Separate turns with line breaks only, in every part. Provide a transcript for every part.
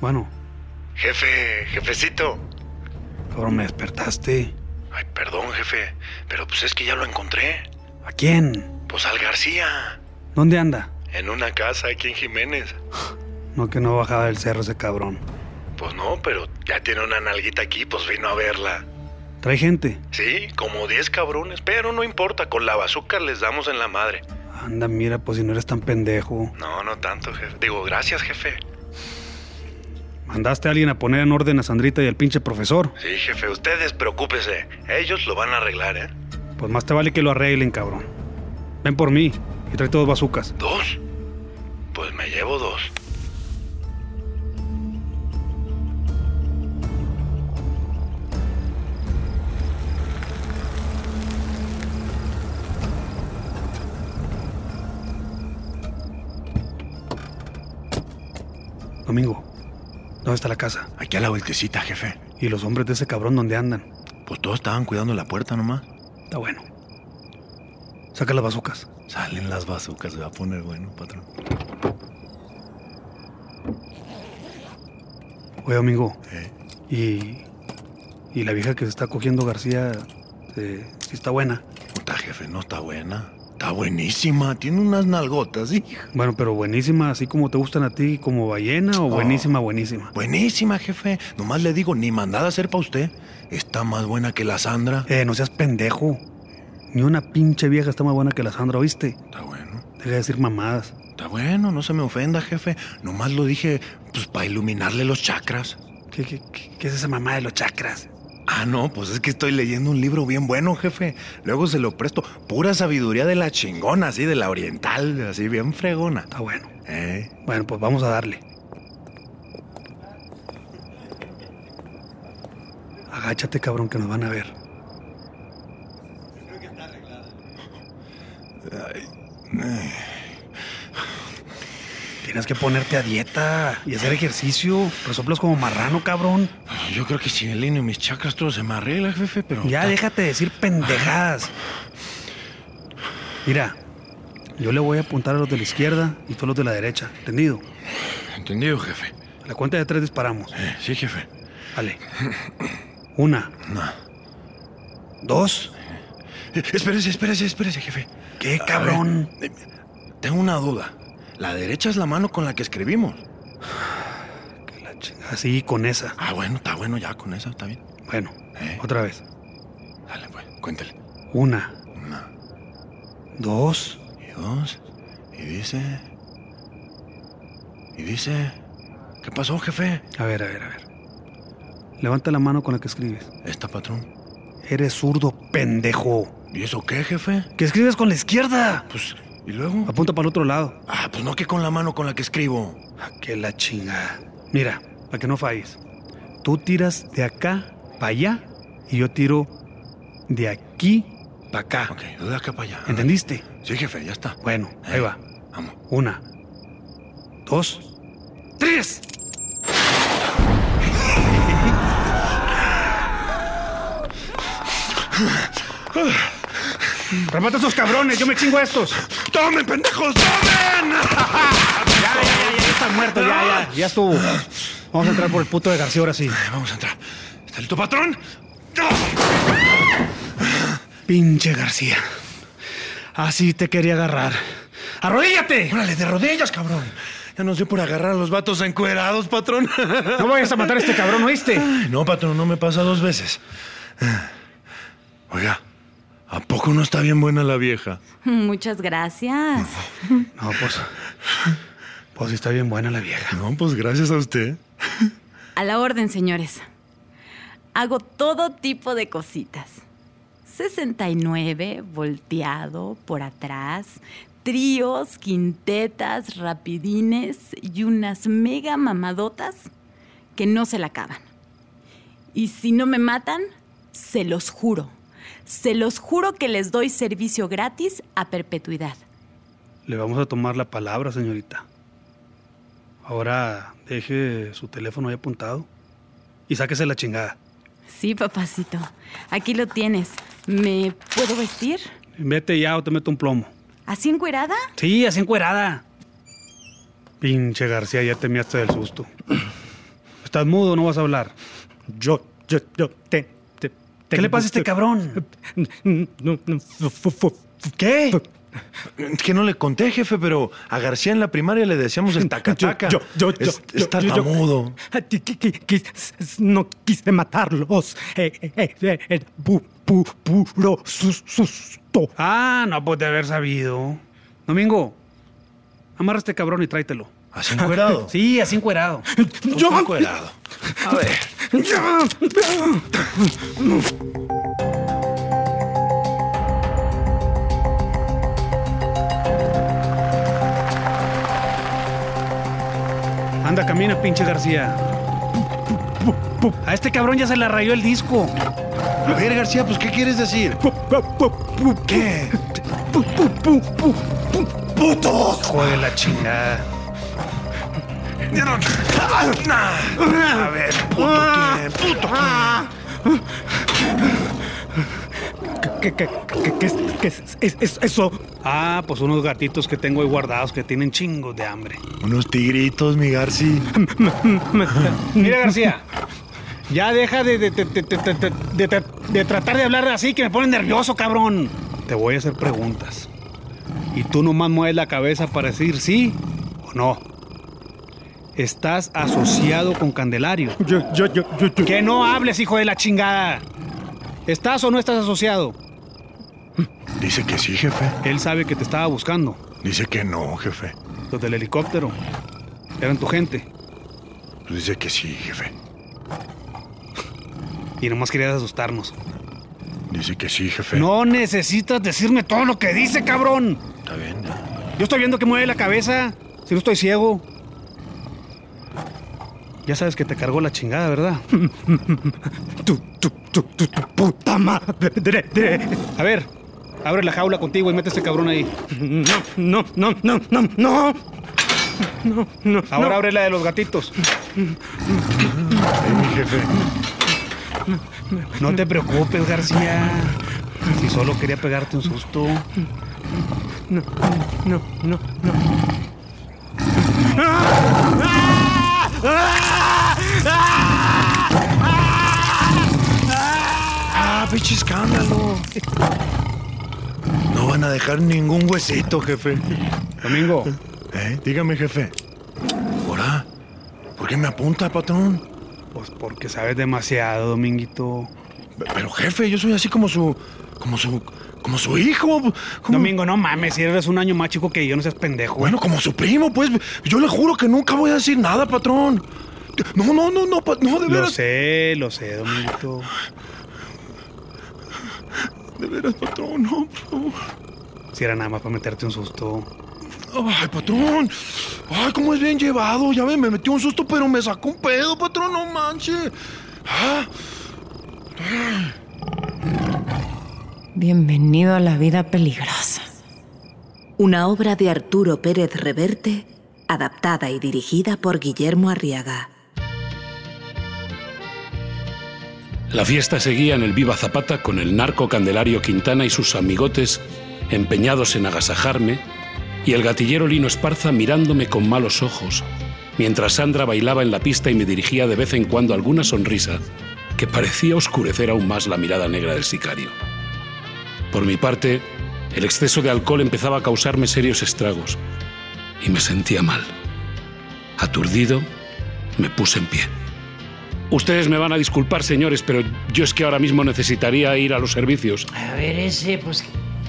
Bueno,
Jefe, jefecito.
cabrón, me despertaste.
Ay, perdón, jefe, pero pues es que ya lo encontré.
¿A quién?
Pues al García,
¿Dónde anda?
en una casa aquí en Jiménez.
No que no bajaba del cerro ese cabrón.
Pues no, pero ya tiene una nalguita aquí, pues vino a verla.
Trae gente.
Sí, como 10 cabrones, pero no importa, con la bazooka les damos en la madre.
Anda, mira, pues si no eres tan pendejo.
No, no tanto, jefe. Digo, gracias, jefe.
Mandaste a alguien a poner en orden a Sandrita y al pinche profesor.
Sí, jefe, ustedes preocúpese. Ellos lo van a arreglar, ¿eh?
Pues más te vale que lo arreglen, cabrón. Ven por mí y trae todos bazucas.
¿Dos? Pues me llevo dos.
Domingo, ¿dónde está la casa?
Aquí a la vueltecita, jefe.
¿Y los hombres de ese cabrón dónde andan?
Pues todos estaban cuidando la puerta nomás.
Está bueno. Saca las bazucas.
Salen las bazucas, se va a poner bueno, patrón.
Oye, Domingo,
Eh.
y. Y la vieja que se está cogiendo García. eh, sí está buena.
Puta jefe, no está buena. Está buenísima, tiene unas nalgotas, hija.
Bueno, pero buenísima, así como te gustan a ti, como ballena o buenísima, buenísima.
Buenísima, jefe. Nomás le digo, ni mandada a hacer para usted. Está más buena que la Sandra.
Eh, no seas pendejo. Ni una pinche vieja está más buena que la Sandra, ¿oíste?
Está bueno.
Deja de decir mamadas.
Está bueno, no se me ofenda, jefe. Nomás lo dije, pues para iluminarle los chakras.
¿Qué, qué, qué- qué es esa mamá de los chakras?
Ah, no, pues es que estoy leyendo un libro bien bueno, jefe. Luego se lo presto. Pura sabiduría de la chingona, así, de la oriental, así, bien fregona.
Está bueno.
¿Eh?
Bueno, pues vamos a darle. Agáchate, cabrón, que nos van a ver. Tienes que ponerte a dieta y hacer ejercicio. Resoplas como marrano, cabrón.
Pues Yo creo que si alineo mis chakras todo se me arregla, jefe, pero... Ah,
Ya
está-
déjate decir pendejadas. Mira, yo le voy a apuntar a los de la izquierda y tú a los de la derecha. ¿Entendido?
Entendido, jefe.
A la cuenta de tres disparamos.
Eh, sí, jefe.
Vale. Una,
No.
dos.
Eh, Espérese, espérese, espérese, jefe.
¡Qué
A
cabrón!
ver, eh, tengo una duda. La derecha es la mano con la que escribimos.
Que la chinga- Así, con esa.
Ah, bueno, está bueno ya con esa, está bien.
Bueno,
Eh.
otra vez.
Dale, pues, cuéntale.
Una,
Una
dos.
y dos. Y dice. Y dice. ¿Qué pasó, jefe?
A ver, a ver, a ver. Levanta la mano con la que escribes.
Esta patrón.
Eres zurdo, pendejo.
¿Y eso qué, jefe?
Que escribes con la izquierda.
Pues, ¿y luego?
Apunta para el otro lado.
Ah, pues no que con la mano con la que escribo.
A que la chingada. Mira, para que no falles. Tú tiras de acá para allá y yo tiro de aquí para acá.
Ok, de acá para allá.
¿Entendiste?
Sí, jefe, ya está.
Bueno, ahí
Eh.
va.
Vamos.
Una, dos, tres. Remata esos cabrones, yo me chingo a estos.
¡Tomen, pendejos! ¡Tomen!
Ya, ya, ya, ya están muertos, ya, ya, ya estuvo. Vamos a entrar por el puto de García ahora sí.
Vamos a entrar. ¿Está listo, patrón?
Pinche García. Así te quería agarrar. ¡Arrodíllate!
Órale, de rodillas, cabrón. Ya nos dio por agarrar a los vatos encuerados, patrón.
No vayas a matar a este cabrón, ¿oíste?
Ay, no, patrón, no me pasa dos veces. Oiga, ¿a poco no está bien buena la vieja?
Muchas gracias.
No, pues. Pues sí está bien buena la vieja.
No, pues gracias a usted.
A la orden, señores. Hago todo tipo de cositas. 69, volteado, por atrás, tríos, quintetas, rapidines y unas mega mamadotas que no se la acaban. Y si no me matan, se los juro. Se los juro que les doy servicio gratis a perpetuidad.
Le vamos a tomar la palabra, señorita. Ahora deje su teléfono ahí apuntado y sáquese la chingada.
Sí, papacito. Aquí lo tienes. ¿Me puedo vestir?
Vete ya o te meto un plomo.
¿Así encuerada?
Sí, así encuerada. Pinche García, ya te miaste del susto. ¿Estás mudo no vas a hablar?
Yo, yo, yo, te, te,
¿Qué le pasa a este cabrón?
No, no, fu- fu- fu-
¿Qué?
Es que no le conté, jefe, pero a García en la primaria le decíamos el tacataca.
Yo, yo, yo,
Es-
yo, yo,
es tartamudo.
yo- qui- qui- qui- quis- no quise matarlos. Eh, eh, eh, eh, era pu- pu- puro sus- susto.
Ah, no puede haber sabido. Domingo, amarra a este cabrón y tráetelo.
¿Así encuerado?
Sí, así encuerado.
Yo-
encuerado. A ver.
Anda, camina, pinche García. A este cabrón ya se le rayó el disco.
A ver, García, pues, ¿qué quieres decir?
Pu- pu- pu- pu-
¿Qué?
pu- pu- pu- pu- pu-
¡Putos!
Joder, la chingada.
Ya no- ¡Ah! ¡Nah! A ver, puto quién, puto quién.
¿Qué, qué- qué- qué es- qué es- es- es- eso?
Ah, pues unos gatitos que tengo ahí guardados que tienen chingos de hambre.
Unos tigritos, mi Garci.
Mira, García. Ya deja de, de- de- de- de- de- de- de- de tratar de hablar así que me pone nervioso, cabrón. Te voy a hacer preguntas. Y tú nomás mueves la cabeza para decir sí o no. Estás asociado con Candelario.
Yo, yo, yo, yo, yo-
Que no hables, hijo de la chingada. ¿Estás o no estás asociado?
Dice que sí, jefe.
Él sabe que te estaba buscando.
Dice que no, jefe.
Los del helicóptero. Eran tu gente.
Pues dice que sí, jefe.
Y nomás querías asustarnos.
Dice que sí, jefe.
No necesitas decirme todo lo que dice, cabrón.
Está bien.
Yo estoy viendo que mueve la cabeza. Si no estoy ciego. Ya sabes que te cargó la chingada, ¿verdad?
tu, tu, tu, tu- tu puta madre.
A ver, abre la jaula contigo y mete a este cabrón ahí.
No, no, no, no, no, no. No, no,
Ahora
no.
abre la de los gatitos.
mi jefe.
No te preocupes, García. Si solo quería pegarte un susto.
No, no, no, no.
¡Ah, pinche escándalo! No van a dejar ningún huesito, jefe.
Domingo,
¿Eh? Dígame, jefe. ¿Ahora? ¿Por qué me apunta, patrón?
pues porque sabes demasiado, Dominguito.
P- Pero, jefe, yo soy así como su... Como su... Como su hijo. pues, Como,
Domingo, no mames, si eres un año más chico que yo, no seas pendejo.
Bueno, como su primo, pues. Yo le juro que nunca voy a decir nada, patrón. No, no, no, no, pa- no, de
lo
veras.
sé, lo sé, Dominguito.
De veras, patrón, no, por favor.
Si era nada más para meterte un susto.
Ay, patrón. Ay, cómo es bien llevado. Ya ve, me metió un susto, pero me sacó un pedo, patrón. No manches. Ah,
Bienvenido a la vida peligrosa.
Una obra de Arturo Pérez Reverte, adaptada y dirigida por Guillermo Arriaga.
La fiesta seguía en el Viva Zapata con el narco Candelario Quintana y sus amigotes empeñados en agasajarme y el gatillero Lino Esparza mirándome con malos ojos, mientras Sandra bailaba en la pista y me dirigía de vez en cuando alguna sonrisa que parecía oscurecer aún más la mirada negra del sicario. Por mi parte, el exceso de alcohol empezaba a causarme serios estragos y me sentía mal. Aturdido, me puse en pie. Ustedes me van a disculpar, señores, pero yo es que ahora mismo necesitaría ir a los servicios.
A ver, ese, pues,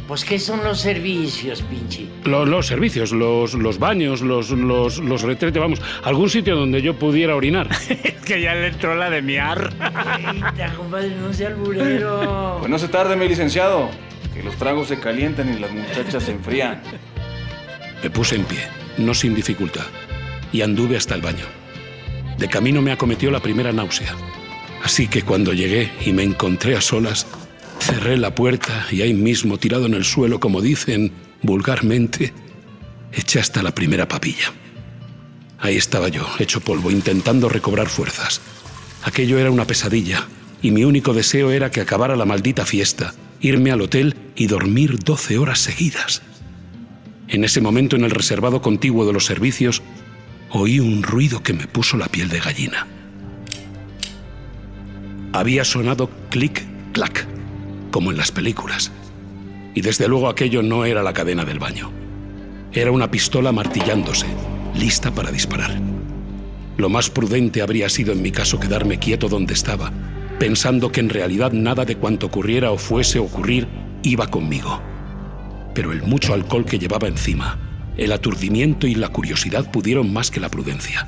pues, ¿qué son los servicios, pinche?
Lo- Los, servicios, los, los baños, los, los, los retretes, vamos, algún sitio donde yo pudiera orinar.
Que ya le entró la de miar.
Eita, compadre, no sea alburero.
Pues no se tarde, mi licenciado, que los tragos se calientan y las muchachas se enfrían.
Me puse en pie, no sin dificultad, y anduve hasta el baño. De camino me acometió la primera náusea. Así que cuando llegué y me encontré a solas, cerré la puerta y ahí mismo, tirado en el suelo, como dicen vulgarmente, eché hasta la primera papilla. Ahí estaba yo, hecho polvo, intentando recobrar fuerzas. Aquello era una pesadilla, y mi único deseo era que acabara la maldita fiesta, irme al hotel y dormir 12 horas seguidas. En ese momento, en el reservado contiguo de los servicios, oí un ruido que me puso la piel de gallina. Había sonado clic, clac, como en las películas. Y desde luego aquello no era la cadena del baño. Era una pistola martillándose, lista para disparar. Lo más prudente habría sido en mi caso quedarme quieto donde estaba, pensando que en realidad nada de cuanto ocurriera o fuese a ocurrir iba conmigo. Pero el mucho alcohol que llevaba encima, el aturdimiento y la curiosidad pudieron más que la prudencia.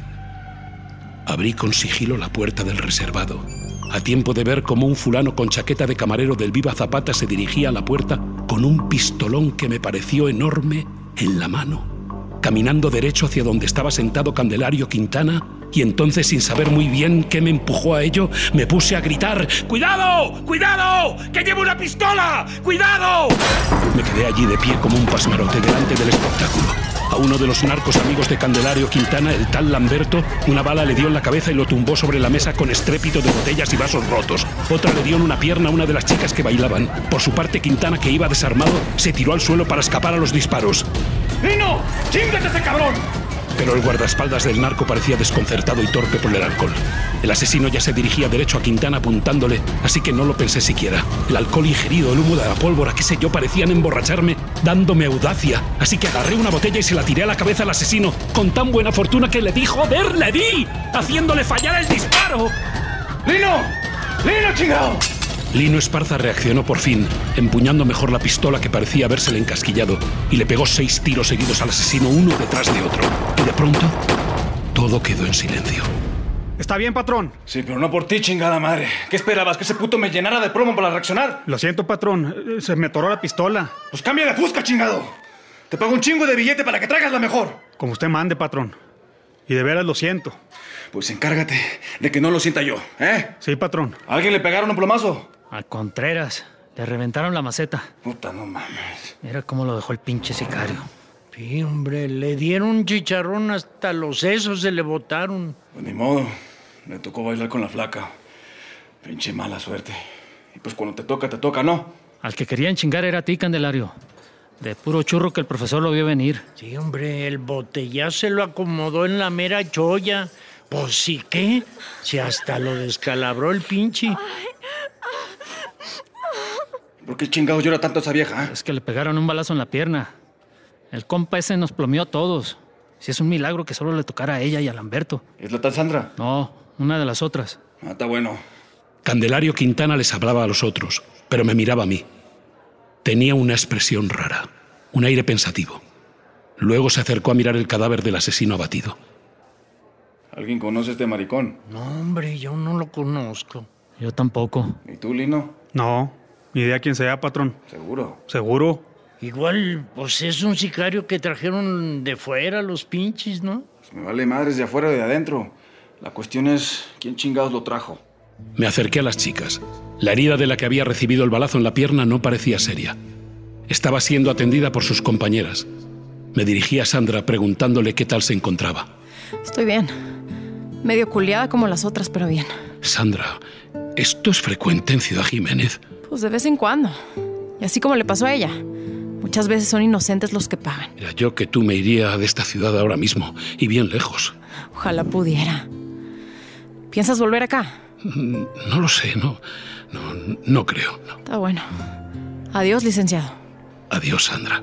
Abrí con sigilo la puerta del reservado, a tiempo de ver cómo un fulano con chaqueta de camarero del Viva Zapata se dirigía a la puerta con un pistolón que me pareció enorme en la mano, caminando derecho hacia donde estaba sentado Candelario Quintana, y entonces sin saber muy bien qué me empujó a ello, me puse a gritar, ¡Cuidado! ¡Cuidado! ¡Que llevo una pistola! ¡Cuidado! Me quedé allí de pie como un pasmarote delante del espectáculo. A uno de los narcos amigos de Candelario Quintana, el tal Lamberto, una bala le dio en la cabeza y lo tumbó sobre la mesa con estrépito de botellas y vasos rotos. Otra le dio en una pierna a una de las chicas que bailaban. Por su parte, Quintana, que iba desarmado, se tiró al suelo para escapar a los disparos.
¡Nino! ¡Chíngate ese cabrón!
Pero el guardaespaldas del narco parecía desconcertado y torpe por el alcohol. El asesino ya se dirigía derecho a Quintana apuntándole, así que no lo pensé siquiera. El alcohol ingerido, el humo de la pólvora, qué sé yo, parecían emborracharme, dándome audacia. Así que agarré una botella y se la tiré a la cabeza al asesino, con tan buena fortuna que le di, joder, le di, haciéndole fallar el disparo.
¡Lino! ¡Lino, chingado!
Lino Esparza reaccionó por fin, empuñando mejor la pistola que parecía habérsele encasquillado, y le pegó seis tiros seguidos al asesino uno detrás de otro. Y de pronto, todo quedó en silencio.
Está bien, patrón.
Sí, pero no por ti, chingada madre. ¿Qué esperabas? ¿Que ese puto me llenara de plomo para reaccionar?
Lo siento, patrón. Eh, Se me atoró la pistola.
Pues cambia de fusca, chingado. Te pago un chingo de billete para que traigas la mejor.
Como usted mande, patrón. Y de veras lo siento.
Pues encárgate de que no lo sienta yo, ¿eh?
Sí, patrón.
¿A alguien le pegaron un plomazo?
Al Contreras. Le reventaron la maceta.
Puta, no mames.
Mira cómo lo dejó el pinche sicario.
Sí, hombre, le dieron un chicharrón hasta los sesos, se le botaron.
Pues ni modo. Me tocó bailar con la flaca. Pinche mala suerte. Y pues cuando te toca, te toca, ¿no?
Al que querían chingar era a ti, Candelario. De puro churro que el profesor lo vio venir.
Sí, hombre, el botellazo se lo acomodó en la mera cholla. Pues sí, ¿qué? Si hasta lo descalabró el pinche.
¿Por qué chingados llora tanto esa vieja? eh?
Es que le pegaron un balazo en la pierna. El compa ese nos plomeó a todos. Si es un milagro que solo le tocara a ella y a Lamberto.
¿Es la tal Sandra?
No, una de las otras.
Ah, está bueno.
Candelario Quintana les hablaba a los otros, pero me miraba a mí. Tenía una expresión rara, un aire pensativo. Luego se acercó a mirar el cadáver del asesino abatido.
¿Alguien conoce a este maricón?
No, hombre, yo no lo conozco.
Yo tampoco.
¿Y tú, Lino?
No, ni idea quién sea, patrón.
Seguro.
Seguro.
Igual, pues es un sicario que trajeron de fuera los pinches, ¿no?
Pues me vale madres de afuera o de adentro. La cuestión es quién chingados lo trajo.
Me acerqué a las chicas. La herida de la que había recibido el balazo en la pierna no parecía seria. Estaba siendo atendida por sus compañeras. Me dirigí a Sandra preguntándole qué tal se encontraba.
Estoy bien. Medio culiada como las otras, pero bien.
Sandra, ¿esto es frecuente en Ciudad Jiménez?
Pues de vez en cuando. Y así como le pasó a ella. Muchas veces son inocentes los que pagan.
Mira, yo que tú me iría de esta ciudad ahora mismo, y bien lejos.
Ojalá pudiera. ¿Piensas volver acá?
Mm, No lo sé, no, no, no creo. no.
Está bueno. Adiós, licenciado.
Adiós, Sandra.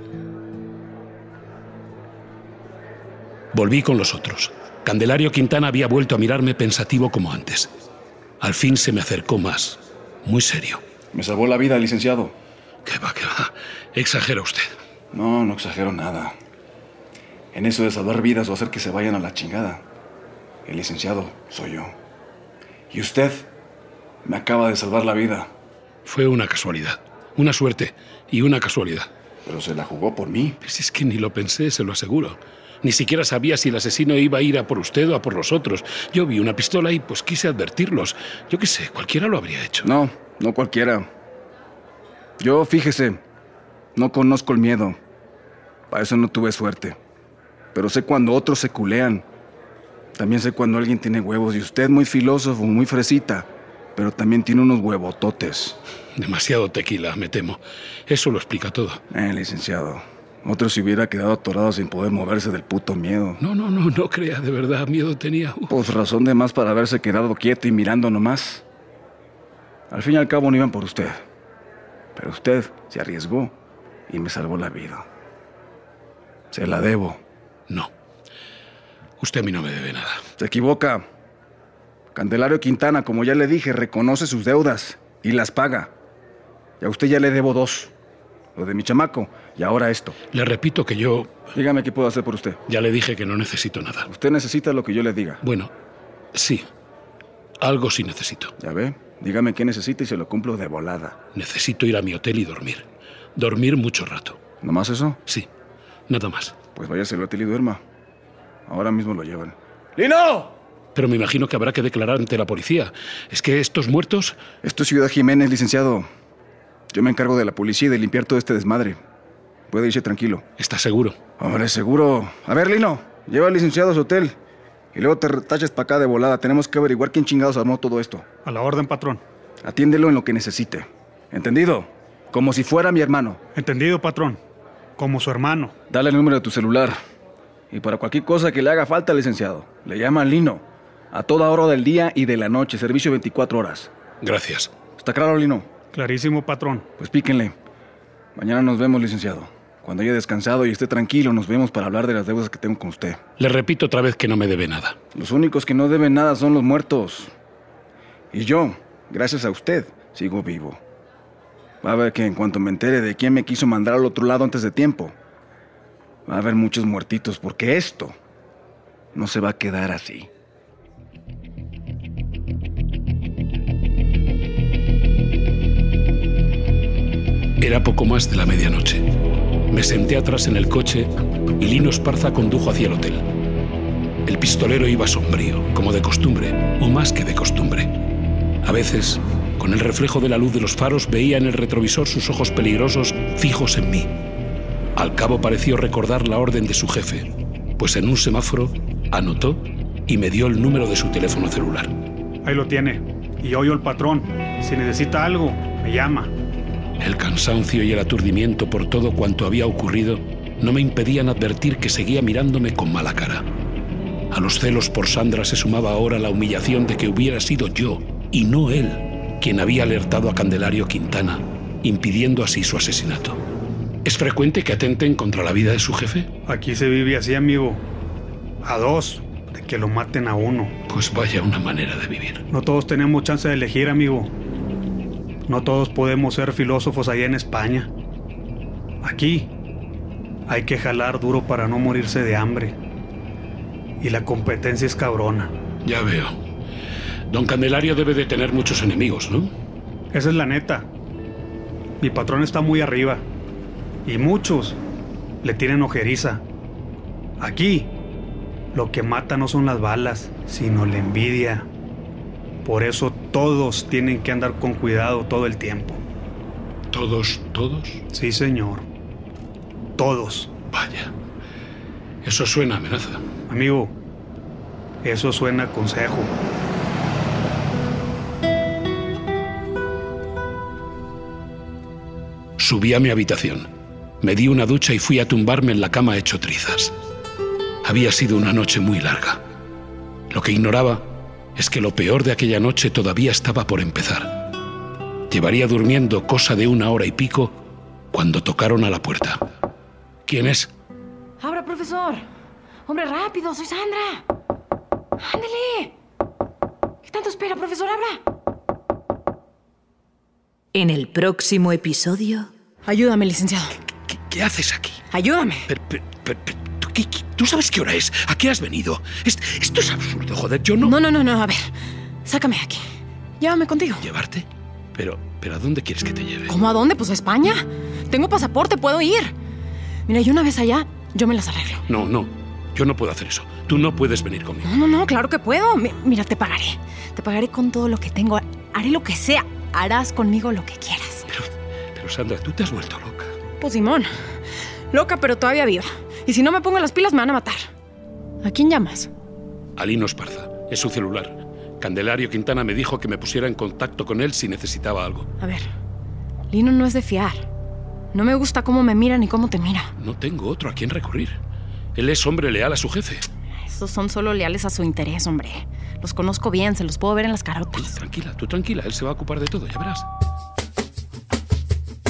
Volví con los otros. Candelario Quintana había vuelto a mirarme pensativo como antes. Al fin se me acercó más, muy serio.
Me salvó la vida, licenciado.
¿Qué va, qué va? Exagera usted.
No, no exagero nada. En eso de salvar vidas o hacer que se vayan a la chingada. El licenciado soy yo. Y usted me acaba de salvar la vida.
Fue una casualidad, una suerte y una casualidad.
Pero se la jugó por mí.
Pues es que ni lo pensé, se lo aseguro. Ni siquiera sabía si el asesino iba a ir a por usted o a por los otros. Yo vi una pistola y pues quise advertirlos. Yo qué sé, cualquiera lo habría hecho.
No, no cualquiera. Yo, fíjese, no conozco el miedo. Para eso no tuve suerte. Pero sé cuando otros se culean. También sé cuando alguien tiene huevos. Y usted, muy filósofo, muy fresita, pero también tiene unos huevototes.
Demasiado tequila, me temo. Eso lo explica todo.
Eh, licenciado. Otro se hubiera quedado atorado sin poder moverse del puto miedo.
No, no, no, no crea, de verdad, miedo tenía. Uf.
Pues razón de más para haberse quedado quieto y mirando nomás. Al fin y al cabo no iban por usted. Pero usted se arriesgó y me salvó la vida. Se la debo.
No. Usted a mí no me debe nada.
Se equivoca. Candelario Quintana, como ya le dije, reconoce sus deudas y las paga. Y a usted ya le debo dos. Lo de mi chamaco y ahora esto.
Le repito que yo
Dígame qué puedo hacer por usted.
ya le dije que no necesito nada.
Usted necesita lo que yo le diga.
Bueno, sí. Algo sí necesito.
Ya ve, dígame qué necesita y se lo cumplo de volada.
Necesito ir a mi hotel y dormir. Dormir mucho rato.
¿Nomás eso?
Sí. Nada más.
Pues váyase al hotel y duerma. Ahora mismo lo llevan.
Pero me imagino que habrá que declarar ante la policía. Es que estos muertos...
Esto es Ciudad Jiménez, licenciado. Yo me encargo de la policía y de limpiar todo este desmadre. Puede irse tranquilo.
Está seguro.
Hombre, seguro. A ver, Lino, lleva al licenciado a su hotel. Y luego te retachas para acá de volada. Tenemos que averiguar quién chingados armó todo esto.
A la orden, patrón.
Atiéndelo en lo que necesite. ¿Entendido? Como si fuera mi hermano.
Entendido, patrón. Como su hermano.
Dale el número de tu celular. Y para cualquier cosa que le haga falta, licenciado, le llama Lino. A toda hora del día y de la noche. Servicio 24 horas.
Gracias.
¿Está claro, Lino?
Clarísimo, patrón.
Pues píquenle. Mañana nos vemos, licenciado. Cuando haya descansado y esté tranquilo, nos vemos para hablar de las deudas que tengo con usted.
Le repito otra vez que no me debe nada.
Los únicos que no deben nada son los muertos. Y yo, gracias a usted, sigo vivo. Va a ver que en cuanto me entere de quién me quiso mandar al otro lado antes de tiempo, va a haber muchos muertitos porque esto no se va a quedar así.
Era poco más de la medianoche. Me senté atrás en el coche y Lino Esparza condujo hacia el hotel. El pistolero iba sombrío, como de costumbre, o más que de costumbre. A veces, con el reflejo de la luz de los faros, veía en el retrovisor sus ojos peligrosos fijos en mí. Al cabo pareció recordar la orden de su jefe, pues en un semáforo anotó y me dio el número de su teléfono celular.
Ahí lo tiene. Y oyo el patrón. Si necesita algo, me llama.
El cansancio y el aturdimiento por todo cuanto había ocurrido no me impedían advertir que seguía mirándome con mala cara. A los celos por Sandra se sumaba ahora la humillación de que hubiera sido yo, y no él, quien había alertado a Candelario Quintana, impidiendo así su asesinato. ¿Es frecuente que atenten contra la vida de su jefe?
Aquí se vive así, amigo. A dos, de que lo maten a uno.
Pues vaya una manera de vivir.
No todos tenemos chance de elegir, amigo. No todos podemos ser filósofos allá en España. Aquí hay que jalar duro para no morirse de hambre. Y la competencia es cabrona.
Ya veo. Don Candelario debe de tener muchos enemigos, ¿no?
Esa es la neta. Mi patrón está muy arriba. Y muchos le tienen ojeriza. Aquí, lo que mata no son las balas, sino la envidia. Por eso todos tienen que andar con cuidado todo el tiempo.
¿Todos, todos?
Sí, señor. Todos.
Vaya. Eso suena a amenaza.
Amigo, eso suena a consejo.
Subí a mi habitación. Me di una ducha y fui a tumbarme en la cama hecho trizas. Había sido una noche muy larga. Lo que ignoraba es que lo peor de aquella noche todavía estaba por empezar. Llevaría durmiendo cosa de una hora y pico cuando tocaron a la puerta. ¿Quién es?
¡Abra, profesor! ¡Hombre, rápido! ¡Soy Sandra! ¡Ándale! ¿Qué tanto espera, profesor? ¡Abra!
En el próximo episodio,
Ayúdame, licenciado.
¿Qué, qué haces aquí?
Ayúdame.
Per- per- per- per- ¿tú, qué- qué- tú sabes qué hora es? ¿A qué has venido? Es- esto es absurdo, joder. Yo no...
No, no, no, no. A ver. Sácame de aquí. Llévame contigo.
¿Llevarte? Pero, pero ¿a dónde quieres que te lleve?
¿Cómo a dónde? Pues a España.
Tengo pasaporte, puedo ir. Mira, yo una vez allá, yo me las arreglo.
No, no, yo no puedo hacer eso. Tú no puedes venir conmigo.
No, no, no, claro que puedo. Mi- mira, te pagaré. Te pagaré con todo lo que tengo. Haré lo que sea. Harás conmigo lo que quieras.
Pero Sandra, tú te has vuelto loca.
Pues Simón, loca pero todavía viva. Y si no me pongo las pilas me van a matar. ¿A quién llamas?
Alino Esparza, es su celular. Candelario Quintana me dijo que me pusiera en contacto con él si necesitaba algo.
A ver, Lino no es de fiar. No me gusta cómo me mira ni cómo te mira.
No tengo otro a quien recurrir. Él es hombre leal a su jefe.
Estos son solo leales a su interés, hombre. Los conozco bien, se los puedo ver en las carotas.
Tranquila, tú tranquila, él se va a ocupar de todo, ya verás.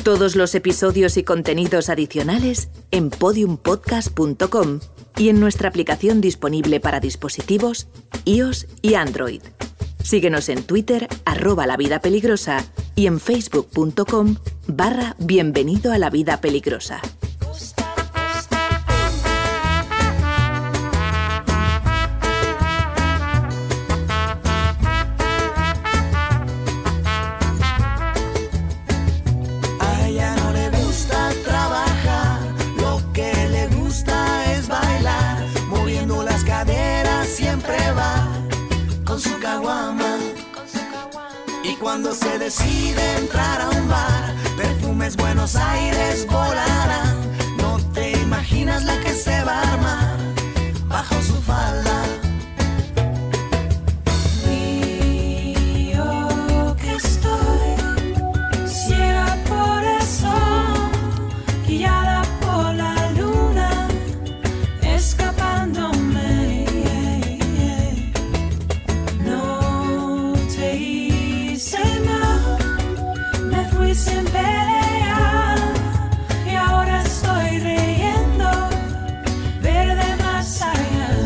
Todos los episodios y contenidos adicionales en podiumpodcast.com y en nuestra aplicación disponible para dispositivos iOS y Android. Síguenos en Twitter, arroba la vida peligrosa y en facebook.com barra bienvenido a la vida peligrosa.
A ella no le gusta trabajar, lo que le gusta es bailar, moviendo las caderas siempre va con su caguama. Y cuando se decide entrar a un bar, perfumes Buenos Aires volarán. No te imaginas la que se va a armar bajo su falda.
Yo que estoy ciega por eso, guiada por la luna, escapándome. No te hice mal, me fui sin pelear y ahora estoy riendo, verde más allá.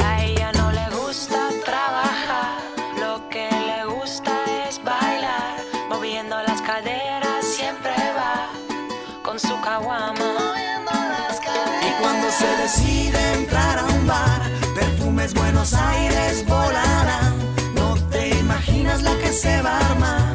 A ella no le gusta trabajar, lo que le gusta es bailar, moviendo las caderas siempre va con su caguama.
Y cuando se decide entrar a un bar, perfumes Buenos Aires volarán. No te imaginas la que se va a armar